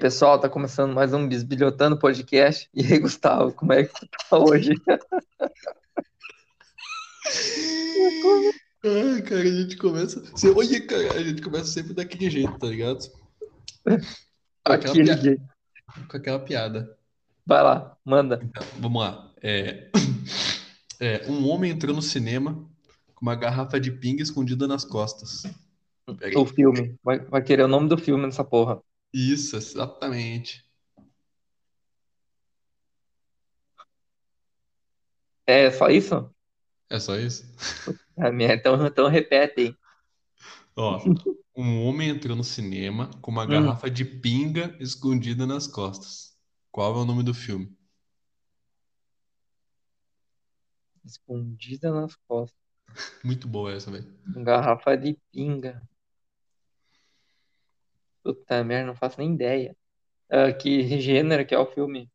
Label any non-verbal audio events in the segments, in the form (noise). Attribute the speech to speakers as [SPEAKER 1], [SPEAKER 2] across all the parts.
[SPEAKER 1] pessoal, tá começando mais um Bisbilhotando Podcast. E aí, Gustavo, como é que tu tá hoje?
[SPEAKER 2] Ah, cara, a gente começa. se- Olha, cara, a gente começa sempre daquele jeito, tá ligado? Com aquela,
[SPEAKER 1] Aquele
[SPEAKER 2] pia-
[SPEAKER 1] jeito.
[SPEAKER 2] com aquela piada.
[SPEAKER 1] Vai lá, manda.
[SPEAKER 2] Vamos lá. É... (coughs) é, um homem entrou no cinema com uma garrafa de pinga escondida nas costas. Peraí.
[SPEAKER 1] O filme. Vai, vai querer o nome do filme nessa porra.
[SPEAKER 2] Isso, exatamente.
[SPEAKER 1] É só isso?
[SPEAKER 2] É só isso?
[SPEAKER 1] Ah, minha- Então, então repete aí.
[SPEAKER 2] Ó, um homem entrou no cinema com uma
[SPEAKER 1] Hum.
[SPEAKER 2] garrafa de pinga escondida nas costas. Qual é o nome do filme?
[SPEAKER 1] Escondida nas costas.
[SPEAKER 2] Muito boa essa, velho.
[SPEAKER 1] Garrafa de pinga. Puta merda, não faço nem ideia. Ah, que gênero que é o filme?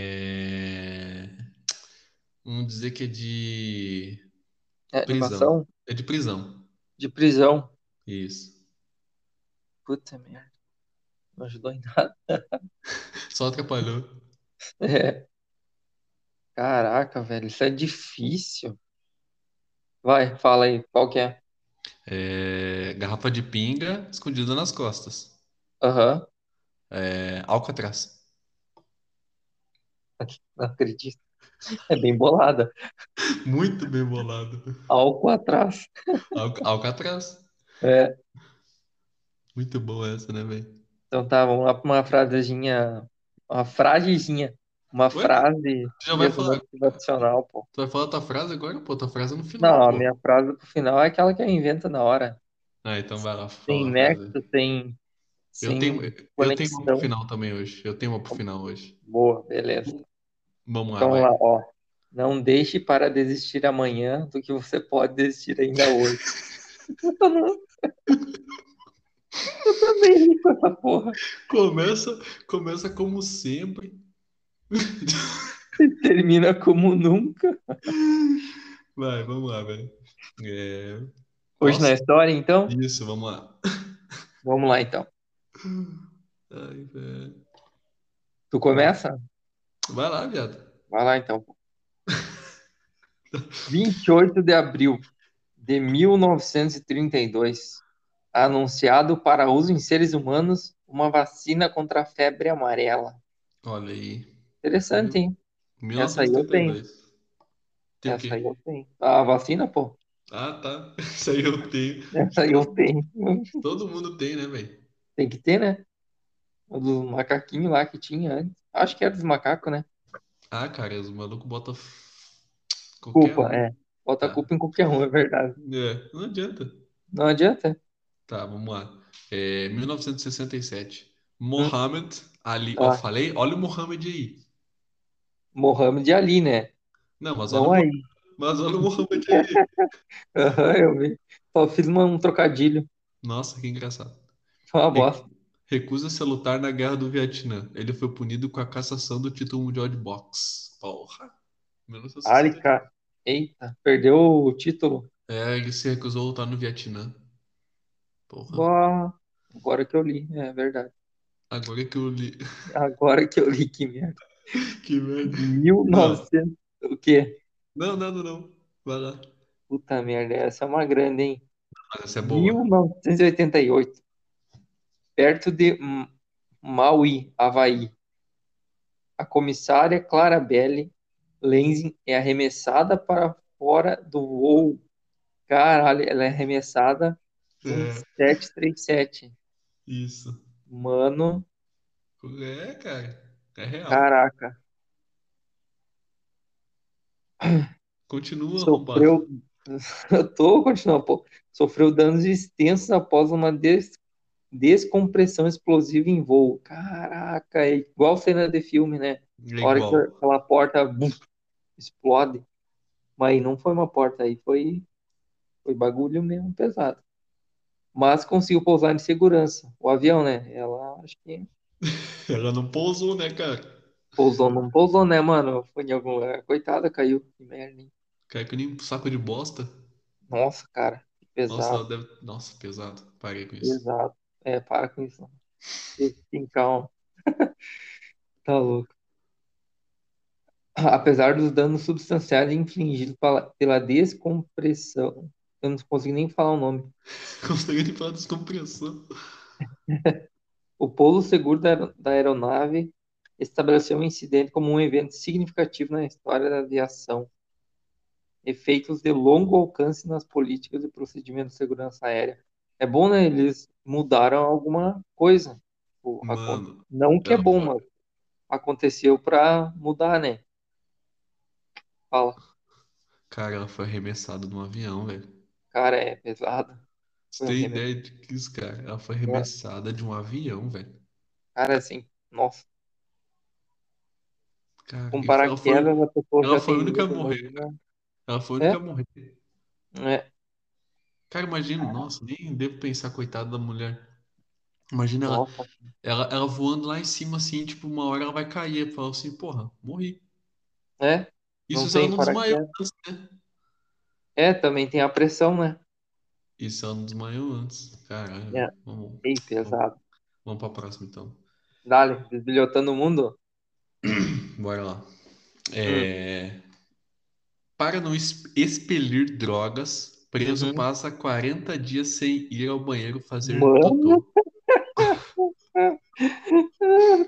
[SPEAKER 2] É... Vamos dizer que é de.
[SPEAKER 1] É
[SPEAKER 2] Prisão.
[SPEAKER 1] animação?
[SPEAKER 2] É de prisão.
[SPEAKER 1] De prisão.
[SPEAKER 2] Isso.
[SPEAKER 1] Puta merda. Não ajudou em nada.
[SPEAKER 2] Só atrapalhou.
[SPEAKER 1] É. Caraca, velho, isso é difícil. Vai, fala aí, qual que é?
[SPEAKER 2] É... Garrafa de pinga escondida nas costas.
[SPEAKER 1] Aham,
[SPEAKER 2] É... Alcatraz.
[SPEAKER 1] não acredito. É bem bolada.
[SPEAKER 2] Muito bem bolado.
[SPEAKER 1] Álcool atrás.
[SPEAKER 2] Al- Alcatraz.
[SPEAKER 1] É,
[SPEAKER 2] Muito boa essa, né, velho?
[SPEAKER 1] então tá, vamos lá pra uma frasezinha. Uma frasezinha. Uma
[SPEAKER 2] Ué?
[SPEAKER 1] frase
[SPEAKER 2] Tu já Então vai
[SPEAKER 1] de
[SPEAKER 2] falar.
[SPEAKER 1] motivacional, pô.
[SPEAKER 2] Tu vai falar tua frase agora? Pô, tua frase é no final.
[SPEAKER 1] Não, a
[SPEAKER 2] pô.
[SPEAKER 1] minha frase pro final é aquela que eu invento na hora.
[SPEAKER 2] Ah, então vai lá. fala
[SPEAKER 1] Sem
[SPEAKER 2] a frase.
[SPEAKER 1] nexo, sem,
[SPEAKER 2] Eu
[SPEAKER 1] sem
[SPEAKER 2] tenho, eu tenho uma pro
[SPEAKER 1] né? conexão.
[SPEAKER 2] final também hoje. Eu tenho uma pro final hoje.
[SPEAKER 1] Boa, beleza.
[SPEAKER 2] Vamos lá,
[SPEAKER 1] Então
[SPEAKER 2] Ah, vai.
[SPEAKER 1] lá, ó. Não deixe para desistir amanhã do que você pode desistir ainda
[SPEAKER 2] (laughs)
[SPEAKER 1] hoje. Eu (laughs) também ri com essa porra.
[SPEAKER 2] Começa, começa como sempre.
[SPEAKER 1] Termina como nunca.
[SPEAKER 2] Vai, vamos lá, velho. É,
[SPEAKER 1] Hoje na
[SPEAKER 2] Nossa.
[SPEAKER 1] história, então?
[SPEAKER 2] Isso, vamos lá.
[SPEAKER 1] Vamos lá, então.
[SPEAKER 2] Ai, velho.
[SPEAKER 1] Tu começa?
[SPEAKER 2] Vai lá, viado.
[SPEAKER 1] Vai lá,
[SPEAKER 2] (laughs)
[SPEAKER 1] então. 28 de abril de 1932, anunciado para uso em seres humanos uma vacina contra a febre amarela.
[SPEAKER 2] Olha aí. Uhum.
[SPEAKER 1] Interessante, hein? Essa aí eu tenho.
[SPEAKER 2] 1932. Tem o
[SPEAKER 1] Essa
[SPEAKER 2] quê?
[SPEAKER 1] aí eu tenho. A vacina, pô?
[SPEAKER 2] Ah, tá. (laughs) Isso aí eu tenho.
[SPEAKER 1] Essa aí eu tenho.
[SPEAKER 2] Todo mundo tem, né, velho?
[SPEAKER 1] Tem que ter, né? O do macaquinho lá que tinha antes. Acho que era dos macacos, né?
[SPEAKER 2] Ah, cara, os malucos botam. f- Qualquer
[SPEAKER 1] Culpa, é. Bota a
[SPEAKER 2] Tá.
[SPEAKER 1] culpa em qualquer um, é verdade.
[SPEAKER 2] um. É, não adianta.
[SPEAKER 1] Não adianta.
[SPEAKER 2] Tá, vamos lá. É, 1967. Mohammed Ali.
[SPEAKER 1] Ah.
[SPEAKER 2] Ó, falei? Olha o Mohammed aí.
[SPEAKER 1] Mohamed Ali, né?
[SPEAKER 2] Não, mas
[SPEAKER 1] Não
[SPEAKER 2] olha, o-
[SPEAKER 1] aí.
[SPEAKER 2] mas olha o Mohammed aí.
[SPEAKER 1] Aham, eu vi. Só fiz uma- um trocadilho.
[SPEAKER 2] Nossa, que engraçado.
[SPEAKER 1] Foi uma
[SPEAKER 2] Re-
[SPEAKER 1] bosta.
[SPEAKER 2] Recusa-se a lutar na guerra do Vietnã. Ele foi punido com a cassação do título mundial de boxe. Porra. 1960.
[SPEAKER 1] Arica. Eita, perdeu o título.
[SPEAKER 2] É, ele se recusou a lutar no Vietnã. Porra.
[SPEAKER 1] Ó, Agora que eu li, é verdade.
[SPEAKER 2] Agora é que eu li. (laughs)
[SPEAKER 1] Agora que eu li, que merda.
[SPEAKER 2] Que merda.
[SPEAKER 1] 1900. O quê?
[SPEAKER 2] Não, nada não. Vai lá.
[SPEAKER 1] Puta merda, essa é uma grande, hein?
[SPEAKER 2] Mas essa é boa.
[SPEAKER 1] 1988, perto de M- Maui, Havaí, a comissária Clarabelle Lenzin é arremessada para fora do voo. Caralho, ela é arremessada um
[SPEAKER 2] É,
[SPEAKER 1] 737.
[SPEAKER 2] isso.
[SPEAKER 1] Mano,
[SPEAKER 2] É, cara. É real.
[SPEAKER 1] caraca.
[SPEAKER 2] Continua, arrombado.
[SPEAKER 1] Sofreu. (laughs) Eu tô continuando, pô. Sofreu danos extensos após uma des- descompressão explosiva em voo. Caraca, é igual cena de filme, né?
[SPEAKER 2] É
[SPEAKER 1] A hora
[SPEAKER 2] igual.
[SPEAKER 1] que aquela porta bum, explode. Mas aí não foi uma porta, aí foi, foi bagulho mesmo pesado. Mas conseguiu pousar em segurança. O avião, né? Ela acho que
[SPEAKER 2] Ela não pousou, né, cara?
[SPEAKER 1] pousou, não pousou, né, mano? Foi em algum lugar. Coitada, caiu. Que merda, hein?
[SPEAKER 2] Cai que nem um saco de bosta.
[SPEAKER 1] Nossa, cara, que
[SPEAKER 2] Nossa,
[SPEAKER 1] pesado,
[SPEAKER 2] ela deve. Nossa, pesado. Parei com isso.
[SPEAKER 1] pesado. É, para com isso. Esse pincão. (laughs) Tá louco. Apesar dos danos substanciais infligidos pela, pela descompressão. Eu não consigo nem falar o nome.
[SPEAKER 2] (laughs) Consegui ele falar descompressão.
[SPEAKER 1] O polo seguro da, aer- da aeronave estabeleceu o incidente como um evento significativo na história da aviação. Efeitos de longo alcance nas políticas e procedimentos de segurança aérea. É bom, né? Eles mudaram alguma coisa. Tipo, acon-
[SPEAKER 2] Mano,
[SPEAKER 1] Não que é
[SPEAKER 2] tá
[SPEAKER 1] bom,
[SPEAKER 2] foda.
[SPEAKER 1] mas aconteceu para mudar, né? Fala,
[SPEAKER 2] Cara, ela foi arremessada de um avião, velho.
[SPEAKER 1] cara, é pesado.
[SPEAKER 2] Você
[SPEAKER 1] Foi um
[SPEAKER 2] tem
[SPEAKER 1] remédio.
[SPEAKER 2] ideia de que isso, cara? Ela foi arremessada de um avião, velho.
[SPEAKER 1] Cara, assim, nossa,
[SPEAKER 2] Cara,
[SPEAKER 1] com
[SPEAKER 2] isso- ela foi,
[SPEAKER 1] paraquedas a pessoa
[SPEAKER 2] ela
[SPEAKER 1] já
[SPEAKER 2] foi a
[SPEAKER 1] tem né?
[SPEAKER 2] única a
[SPEAKER 1] medo,
[SPEAKER 2] morrer.
[SPEAKER 1] imagina.
[SPEAKER 2] Ela foi a
[SPEAKER 1] É,
[SPEAKER 2] única a morrer.
[SPEAKER 1] é,
[SPEAKER 2] Cara, imagina, nossa, nem devo pensar, coitada da mulher. Imagina ela,
[SPEAKER 1] nossa,
[SPEAKER 2] ela, ela voando lá em cima, assim, tipo, uma hora ela vai cair. Fala assim, porra, morri.
[SPEAKER 1] é,
[SPEAKER 2] Isso
[SPEAKER 1] não
[SPEAKER 2] se ela
[SPEAKER 1] tem
[SPEAKER 2] não desmaiou
[SPEAKER 1] paraquedas.
[SPEAKER 2] antes, né?
[SPEAKER 1] É, também tem a pressão, né?
[SPEAKER 2] Isso ela não desmaiou antes.
[SPEAKER 1] É,
[SPEAKER 2] Caralho, vamos,
[SPEAKER 1] bem
[SPEAKER 2] vamos,
[SPEAKER 1] pesado.
[SPEAKER 2] vamos pra próxima, então.
[SPEAKER 1] Dale, desbilhotando o mundo.
[SPEAKER 2] Bora lá.
[SPEAKER 1] Hum,
[SPEAKER 2] É... Para não es- expelir drogas, preso
[SPEAKER 1] uhum.
[SPEAKER 2] passa 40 dias sem ir ao banheiro fazer
[SPEAKER 1] Mano,
[SPEAKER 2] totô.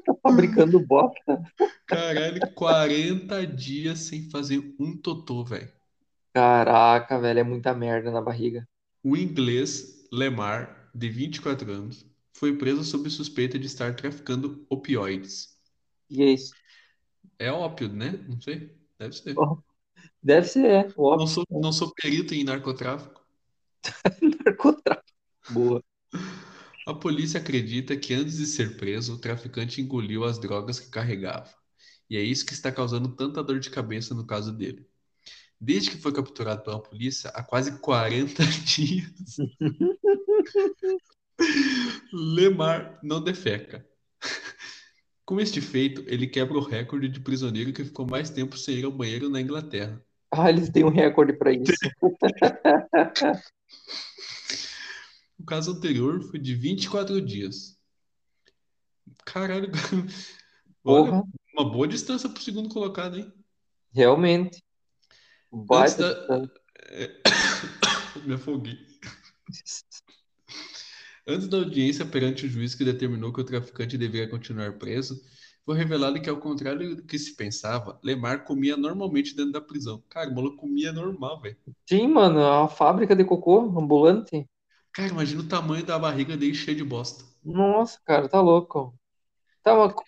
[SPEAKER 1] tá fabricando
[SPEAKER 2] (laughs)
[SPEAKER 1] bosta.
[SPEAKER 2] Caralho, 40 dias sem fazer um totô, velho.
[SPEAKER 1] Caraca, velho, é muita merda na barriga.
[SPEAKER 2] O inglês Lemar, de 24 anos, foi preso sob suspeita de estar traficando opioides.
[SPEAKER 1] E é isso.
[SPEAKER 2] É ópio, né? Não sei. Deve ser.
[SPEAKER 1] Ó, Deve ser, é, (laughs)
[SPEAKER 2] Não
[SPEAKER 1] óbvio.
[SPEAKER 2] sou, não sou perito em narcotráfico.
[SPEAKER 1] Narcotráfico. é Boa.
[SPEAKER 2] A polícia acredita que antes de ser preso, o traficante engoliu as drogas que carregava. E é isso que está causando tanta dor de cabeça no caso dele. Desde que foi capturado pela polícia, há quase 40 (laughs) dias, Lemar não defeca. Com este feito, ele quebra o recorde de prisioneiro que ficou mais tempo sem ir ao banheiro na Inglaterra.
[SPEAKER 1] Ah, eles têm um recorde pra isso.
[SPEAKER 2] O caso anterior foi de 24 dias. Caralho, (laughs) cara, olha,
[SPEAKER 1] Porra,
[SPEAKER 2] uma boa distância pro segundo colocado, hein?
[SPEAKER 1] realmente.
[SPEAKER 2] Antes
[SPEAKER 1] Baita
[SPEAKER 2] da.
[SPEAKER 1] distância.
[SPEAKER 2] Me afoguei. Antes da audiência perante o juiz que determinou que o traficante deveria continuar preso, foi revelado que, ao contrário do que se pensava, Lemar comia normalmente dentro da prisão. Cara, o maluco comia normal, velho.
[SPEAKER 1] Sim, mano, a fábrica de cocô ambulante.
[SPEAKER 2] Cara, imagina o tamanho da barriga dele cheia de bosta.
[SPEAKER 1] Nossa, cara, tá louco. Tá, mas co-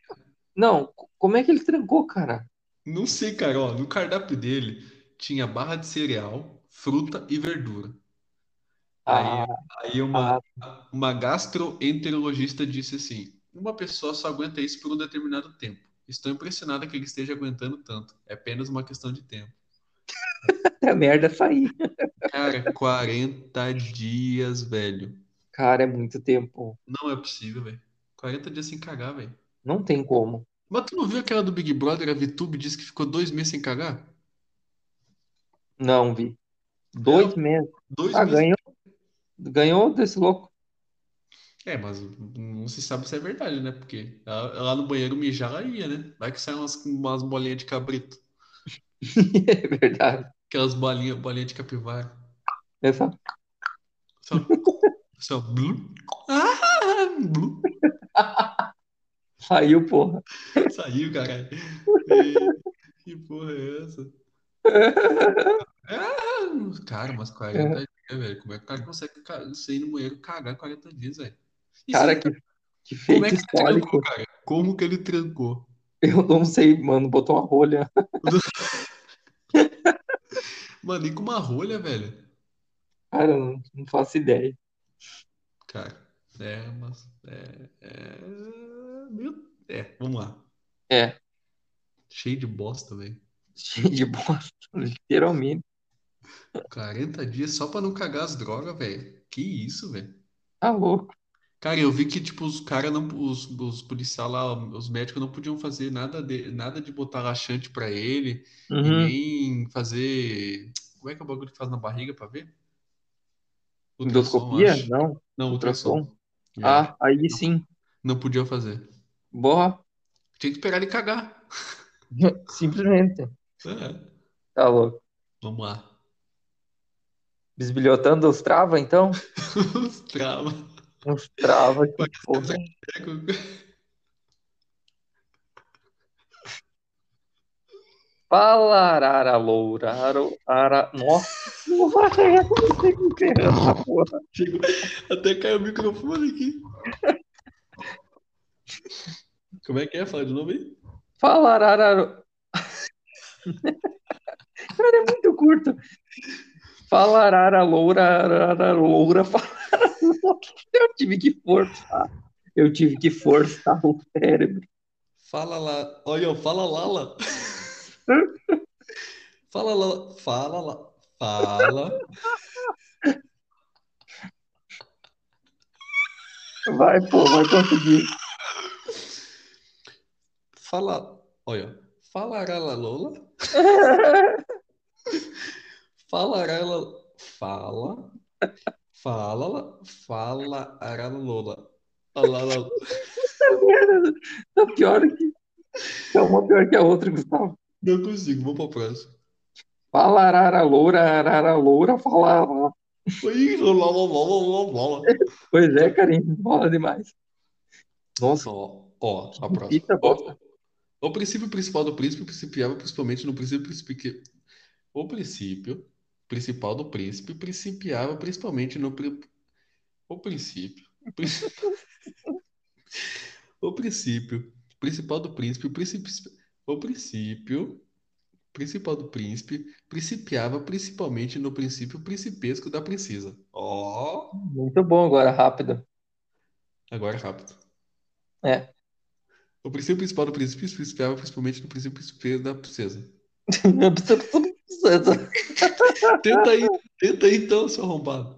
[SPEAKER 1] não, co- como é que ele trancou, cara?
[SPEAKER 2] Não sei, cara, ó, no cardápio dele tinha barra de cereal, fruta e verdura. Aí,
[SPEAKER 1] Ah,
[SPEAKER 2] aí uma,
[SPEAKER 1] ah,
[SPEAKER 2] uma gastroenterologista disse assim: uma pessoa só aguenta isso por um determinado tempo. Estou impressionada que ele esteja aguentando tanto. É apenas uma questão de tempo.
[SPEAKER 1] até a merda sair.
[SPEAKER 2] Cara, 40 dias, velho.
[SPEAKER 1] Cara, é muito tempo.
[SPEAKER 2] Não é possível, velho. 40 dias sem cagar, velho.
[SPEAKER 1] Não tem como.
[SPEAKER 2] Mas tu não viu aquela do Big Brother? A VTube disse que ficou dois meses sem cagar?
[SPEAKER 1] Não, vi.
[SPEAKER 2] Ela,
[SPEAKER 1] Dois meses.
[SPEAKER 2] dois
[SPEAKER 1] Ah,
[SPEAKER 2] meses.
[SPEAKER 1] ganhou, ganhou desse louco. (laughs)
[SPEAKER 2] É, mas não se sabe se é verdade, né? Porque ela- lá no banheiro mijar, ela ia, né? Vai que sai umas, umas bolinhas de cabrito.
[SPEAKER 1] É verdade.
[SPEAKER 2] Aquelas bolinhas, bolinha de capivara.
[SPEAKER 1] Essa...
[SPEAKER 2] Só, só, blu. Ah, blu.
[SPEAKER 1] Saiu, porra.
[SPEAKER 2] Saiu, caralho. E, que porra é essa? Ah, cara, mas 40 dias, velho. Como é que o cara consegue ca- sair no banheiro e cagar 40 dias, velho? E
[SPEAKER 1] Cara,
[SPEAKER 2] sem...
[SPEAKER 1] que, que
[SPEAKER 2] Como é
[SPEAKER 1] feito
[SPEAKER 2] que ele
[SPEAKER 1] histórico.
[SPEAKER 2] trancou, cara? Como que ele trancou?
[SPEAKER 1] Eu não sei, mano. Botou uma rolha.
[SPEAKER 2] Mano, e com uma rolha, velho.
[SPEAKER 1] Cara, eu não, não faço ideia.
[SPEAKER 2] Cara, é, mas. É. É. Meu... É, vamos lá.
[SPEAKER 1] É,
[SPEAKER 2] Cheio de bosta, velho.
[SPEAKER 1] cheio de bosta, (laughs) literalmente.
[SPEAKER 2] 40 dias só pra não cagar as drogas, velho. Que isso, velho.
[SPEAKER 1] Tá louco.
[SPEAKER 2] Cara, eu vi que, tipo, os caras não. Os, os policiais lá, os médicos não podiam fazer nada de, nada de botar laxante pra ele e
[SPEAKER 1] Uhum.
[SPEAKER 2] nem fazer. Como é que é o bagulho que faz na barriga pra ver? Ultrassom,
[SPEAKER 1] Endoscopia?
[SPEAKER 2] acho.
[SPEAKER 1] Não.
[SPEAKER 2] Não,
[SPEAKER 1] Ultrassom?
[SPEAKER 2] ultrassom. É.
[SPEAKER 1] Ah, aí
[SPEAKER 2] Não,
[SPEAKER 1] sim.
[SPEAKER 2] Não podia fazer.
[SPEAKER 1] Borra,
[SPEAKER 2] Tinha que esperar ele cagar.
[SPEAKER 1] (laughs) simplesmente.
[SPEAKER 2] É.
[SPEAKER 1] Tá louco.
[SPEAKER 2] Vamos lá.
[SPEAKER 1] Bisbilhotando os trava, então?
[SPEAKER 2] Os trava.
[SPEAKER 1] Os trava, que porra. Falarara loura. aro- Ara... Nossa, eu não sei o que é essa porra.
[SPEAKER 2] Até caiu o microfone aqui.
[SPEAKER 1] (laughs)
[SPEAKER 2] Como é que é? Fala de novo aí.
[SPEAKER 1] Falarara. (laughs) Cara, é muito curto. Falarara loura, arara loura, falarara loura. Eu tive que forçar. Eu tive que forçar o cérebro.
[SPEAKER 2] Fala lá. Olha, ó, fala Lala. Fala lá. Fala lá. Fala.
[SPEAKER 1] Vai, pô, vai conseguir.
[SPEAKER 2] Fala. Olha, ó. Fala Lala Lola. Fala Lala. Fala. Fala lá. Fala Lala Lola. Fala Lala.
[SPEAKER 1] merda. Tá pior que. Tá uma pior que a outra, Gustavo.
[SPEAKER 2] Não consigo, vamos pra próxima.
[SPEAKER 1] Fala arara loura, arara loura, fala.
[SPEAKER 2] Ih, Lola, Lola, Lola, Lola.
[SPEAKER 1] Pois é, cara, bola demais. Nossa,
[SPEAKER 2] Ó, ó, a próxima.
[SPEAKER 1] Eita, bosta.
[SPEAKER 2] O, o princípio principal do príncipe principiava principalmente no princípio principi- O princípio principal do príncipe principiava principalmente no pri- O princípio. prin- O princípio principal do príncipe, o princípio o princípio principal do príncipe principiava principalmente no princípio principesco da princesa. Ó,
[SPEAKER 1] muito bom agora, rápido. (laughs)
[SPEAKER 2] agora rápido.
[SPEAKER 1] É.
[SPEAKER 2] O princípio principal do príncipe principiava principalmente no princípio principesco da princesa. Tenta aí, tenta aí então, seu arrombado.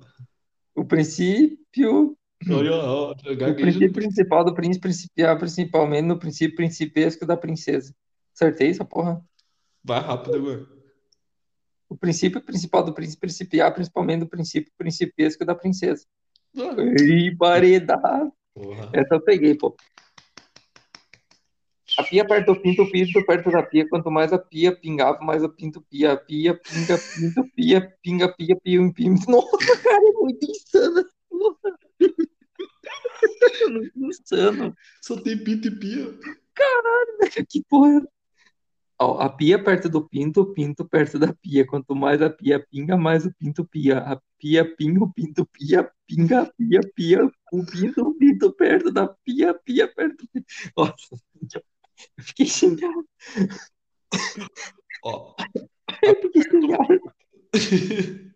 [SPEAKER 1] O princípio.
[SPEAKER 2] Olha, ó, ó,
[SPEAKER 1] O princípio
[SPEAKER 2] gagueja do príncipe.
[SPEAKER 1] principal do príncipe principiar principalmente no princípio principesco da princesa. Acertei essa porra?
[SPEAKER 2] Vai rápido agora.
[SPEAKER 1] O princípio principal do príncipe principiar principalmente no princípio principesco da princesa.
[SPEAKER 2] Ah,
[SPEAKER 1] Ribaredá.
[SPEAKER 2] Porra.
[SPEAKER 1] Essa eu peguei, pô. A pia perto do pinto, o pinto perto da pia. Quanto mais a pia pingava, mais o pinto pia. A pia, pinga, pinto, pia, pinga, pia, pia, um pinto. (laughs) Nossa, cara, é muito insano. essa porra. É (laughs) muito insano.
[SPEAKER 2] Só tem pinto e pia.
[SPEAKER 1] Que porra. Ó, a pia perto do pinto, o pinto perto da pia. Quanto mais a pia pinga, mais o pinto pia. A pia pinga, o pinto pia, pinga, pia, pia, o pinto, o pinto perto da pia, pia perto do pinto. Nossa, eu fiquei xingado,
[SPEAKER 2] Ó. (laughs)
[SPEAKER 1] eu fiquei xingado.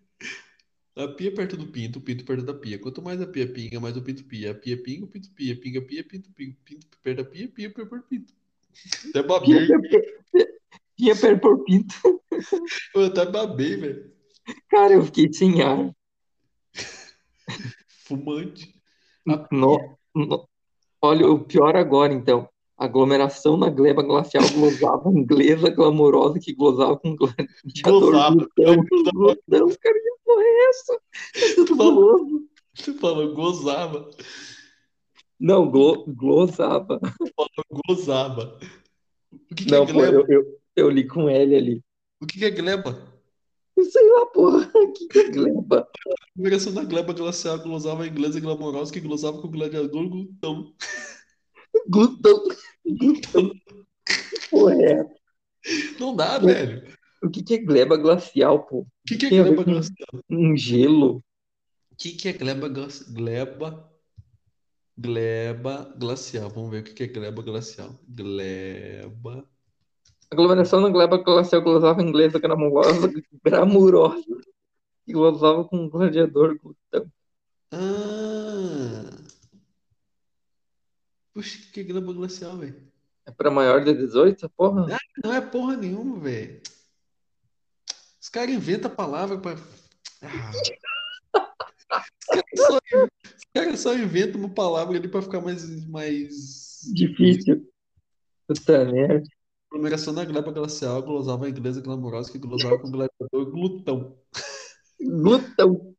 [SPEAKER 2] A pia perto do pinto, o pinto perto da pia. Quanto mais a pia pinga, mais o pinto pia. A pia pinga, o pinto pia. Pinga, pia, pinto, pinga, pinto perto da pia, pia, pia, perto do pinto.
[SPEAKER 1] Pia
[SPEAKER 2] Até babei,
[SPEAKER 1] per- Pia per por pinto.
[SPEAKER 2] eu até babei, velho.
[SPEAKER 1] Cara, eu fiquei sem ar.
[SPEAKER 2] Fumante.
[SPEAKER 1] No, no- Olha, o pior agora, então. Aglomeração na gleba glacial glosava inglesa glamourosa que glosava com gladiador.
[SPEAKER 2] Glosava.
[SPEAKER 1] Glutão, glutão, cara, que porra é (laughs) essa? É tudo
[SPEAKER 2] Tu falou-
[SPEAKER 1] guloso.
[SPEAKER 2] Você falou, gozava.
[SPEAKER 1] Não, glo, glosava.
[SPEAKER 2] Gozava. O que que é
[SPEAKER 1] Não, pô,
[SPEAKER 2] gleba?
[SPEAKER 1] eu, eu, eu li com L ali.
[SPEAKER 2] O que que é gleba?
[SPEAKER 1] Eu sei lá, porra, o (laughs) que que é gleba?
[SPEAKER 2] Migração da gleba glacial glosava inglesa glamourosa que glosava com o gladiador glutão.
[SPEAKER 1] Glutão, glutão. Que porra é essa?
[SPEAKER 2] Não dá, velho.
[SPEAKER 1] O que que é gleba glacial, pô?
[SPEAKER 2] O que que é
[SPEAKER 1] Tem a ver
[SPEAKER 2] gleba
[SPEAKER 1] com-
[SPEAKER 2] glacial?
[SPEAKER 1] Um gelo?
[SPEAKER 2] O que que é gleba glacial? Gleba... Gleba glacial. Vamos ver o que que é gleba glacial. Gleba...
[SPEAKER 1] Aglomeração na é gleba glacial glosava inglesa (laughs) gramulosa, gramurosa, e glosava com um gladiador glutão.
[SPEAKER 2] Ah! Puxa, o que que é gleba glacial, velho?
[SPEAKER 1] É pra maior de 18, porra?
[SPEAKER 2] Não é porra nenhuma, velho. Os caras inventam palavra pra... Ah. (laughs) Os caras só- os caras só inventam uma palavra ali pra ficar mais... mais...
[SPEAKER 1] Difícil. Puta merda.
[SPEAKER 2] Aglomeração na gleba glacial, glosava a inglesa é glamourosa que glosava com gladiador glutão.
[SPEAKER 1] Glutão.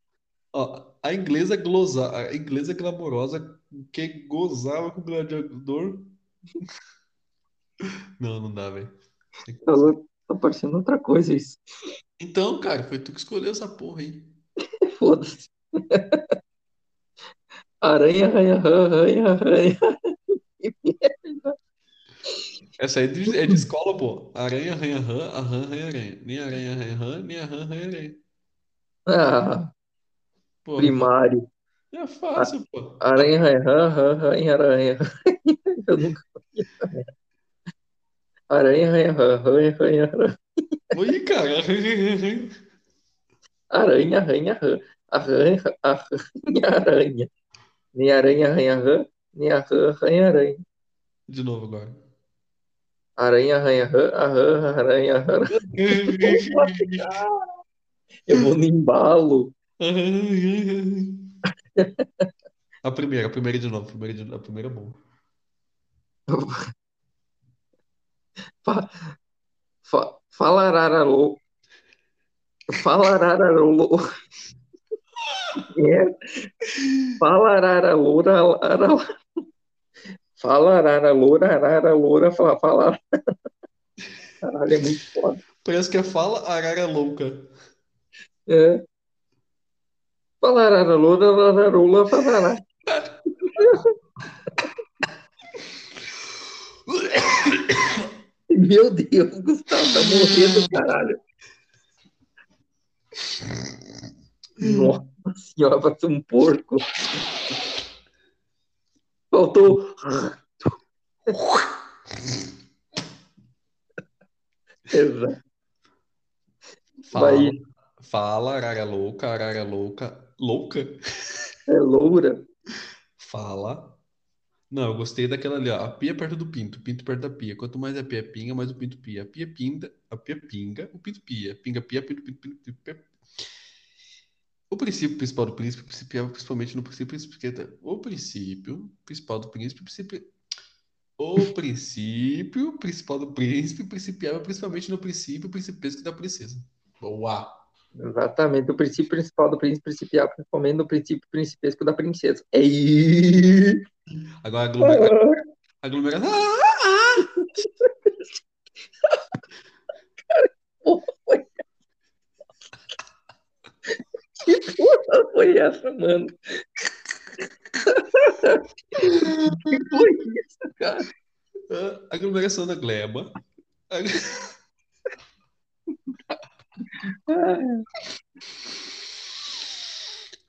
[SPEAKER 2] Ó, a é inglesa glosa, a inglesa glamourosa que gozava com o gladiador. (laughs) Não, não dá, velho.
[SPEAKER 1] Tá louco? Tá parecendo outra coisa isso.
[SPEAKER 2] Então, cara, foi tu que escolheu essa porra aí.
[SPEAKER 1] Foda-se. Aranha, aranha, rã, aranha, aranha.
[SPEAKER 2] Essa aí é de, é de escola, pô. Aranha, arranha, rã, arran, arranha, aranha. Nem aranha, arranha, rã, nem arran, arranha, aranha.
[SPEAKER 1] Ah,
[SPEAKER 2] Pô,
[SPEAKER 1] primário.
[SPEAKER 2] é fácil, pô.
[SPEAKER 1] Aranha, aranha, rã, rã, aranha, aranha. Eu nunca Aranha, aranha, rã, aranha, aranha, rã.
[SPEAKER 2] Oi, cara. (laughs)
[SPEAKER 1] Aranha, aranha, rã. Aranha, aranha, aranha. Nem aranha, aranha, rã, nem arran, arranha, aranha.
[SPEAKER 2] De novo agora. (laughs)
[SPEAKER 1] Aranha, aranha, rã, arran, aranha, rã. Eu vou no embalo.
[SPEAKER 2] A primeira, a primeira de novo. A primeira, de- a primeira é boa.
[SPEAKER 1] Fa- Fala arararô. Fala arararô. É. Fala araraloura. arara- Fala araraloura, araraloura. Fala, fala. Caralho, é muito foda.
[SPEAKER 2] Parece que é fala arara louca.
[SPEAKER 1] É. Fala araraloura, arararola. Fala arara- (coughs) Meu Deus, Gustavo, tá morrendo, caralho. Nossa senhora, vai ser um porco. Faltou. Exato.
[SPEAKER 2] Fala,
[SPEAKER 1] Vai,
[SPEAKER 2] fala arara louca, arara louca. Louca?
[SPEAKER 1] é loura.
[SPEAKER 2] Fala. Não, eu gostei daquela ali, ó. A pia perto do pinto, pinto perto da pia. Quanto mais a pia pinga, mais o pinto pia. A pia pinda, a pia pinga, o pinto pia. Pinga pia, pinto, pinto, pinto, pinto, pia. O princípio principal do príncipe principiava principalmente no princípio principal. O princípio principal do príncipe principi... O princípio principal do príncipe principiava principalmente no princípio principesco da princesa. Boa!
[SPEAKER 1] Exatamente, o princípio principal do príncipe principial, principalmente no princípio principesco da princesa. É (laughs) isso!
[SPEAKER 2] Agora aglomera... aglomera... (laughs) Ah!
[SPEAKER 1] Que porra foi essa, mano? Que foi isso, cara?
[SPEAKER 2] Ah, Aglomeração da gleba. Ag-
[SPEAKER 1] Ah,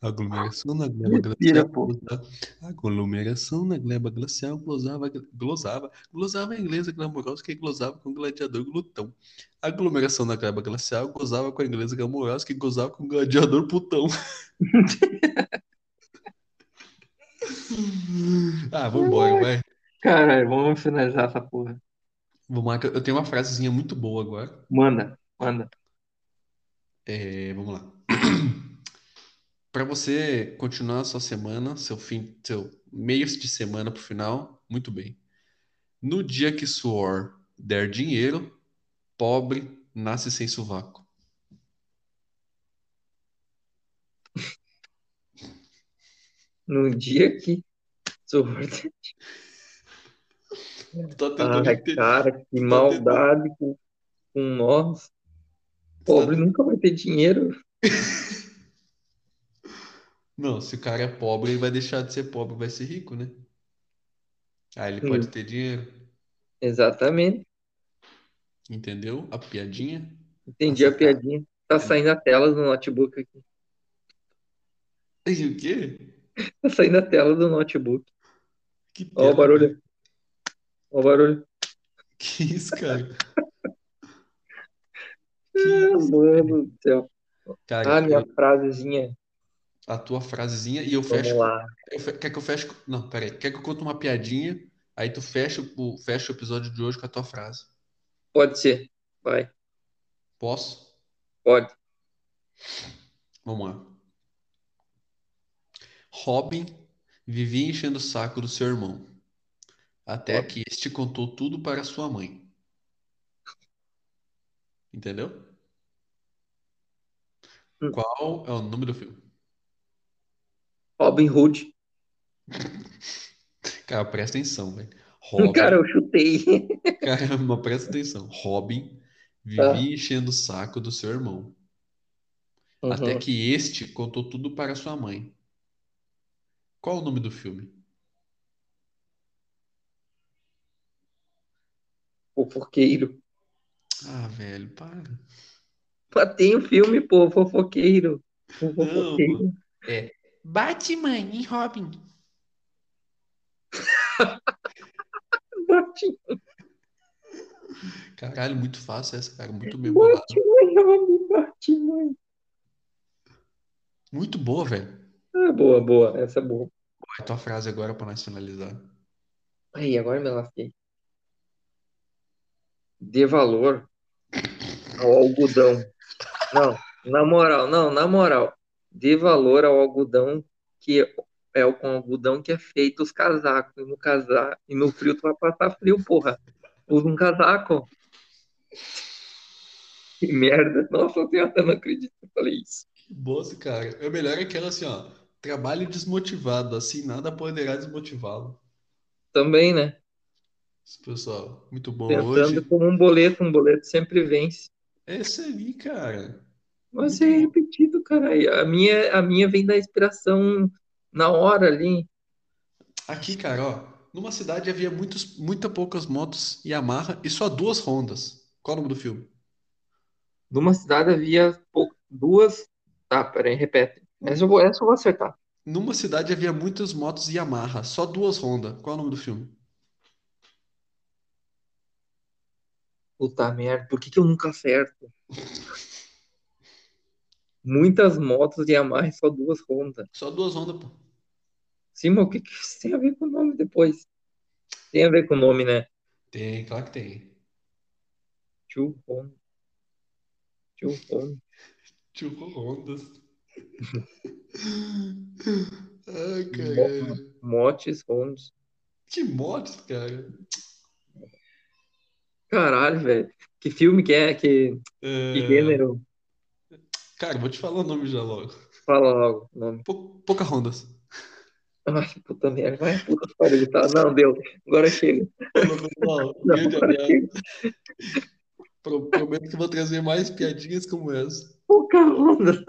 [SPEAKER 2] Aglomeração na gleba
[SPEAKER 1] Respira,
[SPEAKER 2] glacial.
[SPEAKER 1] pô.
[SPEAKER 2] glosava- Aglomeração na gleba glacial glosava, glosava, glosava é a inglesa glamourosa que glosava com o gladiador glutão. Aglomeração na gleba glacial gozava com a inglesa glamourosa que gozava com o gladiador putão. Ah, vou embora, vai.
[SPEAKER 1] Caralho, vamos finalizar essa porra.
[SPEAKER 2] Vou marcar. Eu tenho uma frasezinha muito boa agora.
[SPEAKER 1] Manda, manda.
[SPEAKER 2] É, vamos lá. (clears throat) Para você continuar a sua semana, seu fim, seu meio de semana pro final, muito bem. No dia que suor der dinheiro, pobre nasce sem sovaco.
[SPEAKER 1] No dia que. Sorte.
[SPEAKER 2] Tá tentando
[SPEAKER 1] Ai,
[SPEAKER 2] entender.
[SPEAKER 1] Ah, cara, que maldade com, com nós. Pobre nunca vai ter dinheiro.
[SPEAKER 2] Não, se o cara é pobre, ele vai deixar de ser pobre, vai ser rico, né? Aí ele
[SPEAKER 1] Hum.
[SPEAKER 2] pode ter dinheiro.
[SPEAKER 1] Exatamente.
[SPEAKER 2] Entendeu? A piadinha.
[SPEAKER 1] Entendi a piadinha. Tá saindo a tela do notebook aqui.
[SPEAKER 2] E o quê?
[SPEAKER 1] Tá saindo a tela do notebook.
[SPEAKER 2] Que
[SPEAKER 1] Ó o barulho. Ó o barulho.
[SPEAKER 2] (laughs) Que isso,
[SPEAKER 1] (laughs)
[SPEAKER 2] cara?
[SPEAKER 1] Ah,
[SPEAKER 2] Que- Tá
[SPEAKER 1] mano do céu.
[SPEAKER 2] Cara,
[SPEAKER 1] Ah, minha frasezinha.
[SPEAKER 2] a tua frasezinha e eu
[SPEAKER 1] Vamos
[SPEAKER 2] fecho.
[SPEAKER 1] lá.
[SPEAKER 2] eu fe- Quer que eu feche. Não, peraí. Quer que eu conte uma piadinha? Aí tu fecha o, fecha o episódio de hoje com a tua frase.
[SPEAKER 1] Pode ser. Vai.
[SPEAKER 2] Posso?
[SPEAKER 1] Pode.
[SPEAKER 2] Vamos lá. Robin vivia enchendo o saco do seu irmão, até que este contou tudo para sua mãe. Entendeu?
[SPEAKER 1] Hum.
[SPEAKER 2] Qual é o nome do filme?
[SPEAKER 1] Robin Hood.
[SPEAKER 2] Cara, presta atenção, velho.
[SPEAKER 1] (laughs)
[SPEAKER 2] Robin,
[SPEAKER 1] Cara, eu chutei.
[SPEAKER 2] caramba, presta atenção. Robin vivia
[SPEAKER 1] Tá.
[SPEAKER 2] enchendo o saco do seu irmão, até
[SPEAKER 1] Uhum.
[SPEAKER 2] que este contou tudo para sua mãe. Qual o nome do filme?
[SPEAKER 1] O fofoqueiro.
[SPEAKER 2] Ah, velho, para.
[SPEAKER 1] Mas Tem o filme, pô, o fofoqueiro. O
[SPEAKER 2] Não, mano.
[SPEAKER 1] fofoqueiro.
[SPEAKER 2] É Batman e Robin.
[SPEAKER 1] Bate,
[SPEAKER 2] Caralho, muito fácil essa, cara. Muito bem bolado.
[SPEAKER 1] bate, mãe, homem, bate, mãe.
[SPEAKER 2] Muito boa, velho.
[SPEAKER 1] Ah, boa, boa. Essa é boa.
[SPEAKER 2] É tua frase agora pra nós finalizar.
[SPEAKER 1] Aí, agora me lasquei. Dê valor ao algodão. Não, na moral, não, na moral. Dê valor ao algodão que é o com algodão que é feito os casacos. E no casaco, e no frio tu vai passar frio, porra. Usa um casaco. Que merda. Nossa senhora, eu não acredito que eu falei isso.
[SPEAKER 2] Que bosta, cara. É melhor aquela assim, ó. Trabalho desmotivado, assim nada poderá desmotivá-lo.
[SPEAKER 1] Também, né?
[SPEAKER 2] Isso, Pessoal, muito bom
[SPEAKER 1] Pensando
[SPEAKER 2] hoje.
[SPEAKER 1] como um boleto, um boleto sempre vence.
[SPEAKER 2] É isso aí, cara.
[SPEAKER 1] Mas
[SPEAKER 2] Muito
[SPEAKER 1] é
[SPEAKER 2] bom.
[SPEAKER 1] repetido, cara. A minha, a minha vem da inspiração na hora ali.
[SPEAKER 2] Aqui, cara, ó. Numa cidade havia muitos, muita poucas motos Yamaha e só duas Hondas. Qual o nome do filme?
[SPEAKER 1] Numa cidade havia pou- duas. Tá, peraí, repete. Essa eu vou, essa eu vou acertar.
[SPEAKER 2] Numa cidade havia muitas motos Yamaha, só duas Honda. Qual o nome do filme?
[SPEAKER 1] Puta merda, por que que eu nunca acerto? Muitas motos de Yamaha e só duas Honda.
[SPEAKER 2] Só duas Honda, pô.
[SPEAKER 1] Sim, mas o que que isso tem a ver com o nome depois? Tem a ver com o nome, né?
[SPEAKER 2] Tem, claro que tem.
[SPEAKER 1] Two Honda, two Honda.
[SPEAKER 2] Tio Tipo, Hondas. (laughs) Ai,
[SPEAKER 1] Mo-
[SPEAKER 2] caralho.
[SPEAKER 1] Motes Honda.
[SPEAKER 2] Que motos, cara.
[SPEAKER 1] Caralho, velho. Que filme que é? Que, que
[SPEAKER 2] É,
[SPEAKER 1] gênero?
[SPEAKER 2] Cara, vou te falar o nome já logo.
[SPEAKER 1] Fala logo o nome.
[SPEAKER 2] Pou- Pocahontas.
[SPEAKER 1] Ai, puta merda. Vai, puta que pariu, tá? Não, deu. Agora chega.
[SPEAKER 2] Falou, pessoal.
[SPEAKER 1] Não,
[SPEAKER 2] Grande
[SPEAKER 1] agora
[SPEAKER 2] abraço.
[SPEAKER 1] chega.
[SPEAKER 2] Pro- Prometo que vou trazer mais piadinhas como essa.
[SPEAKER 1] Pocahontas.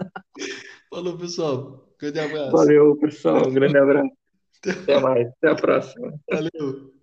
[SPEAKER 2] Falou, pessoal. Grande abraço.
[SPEAKER 1] Valeu, pessoal. Um grande abraço. Até mais. Até a próxima.
[SPEAKER 2] Valeu.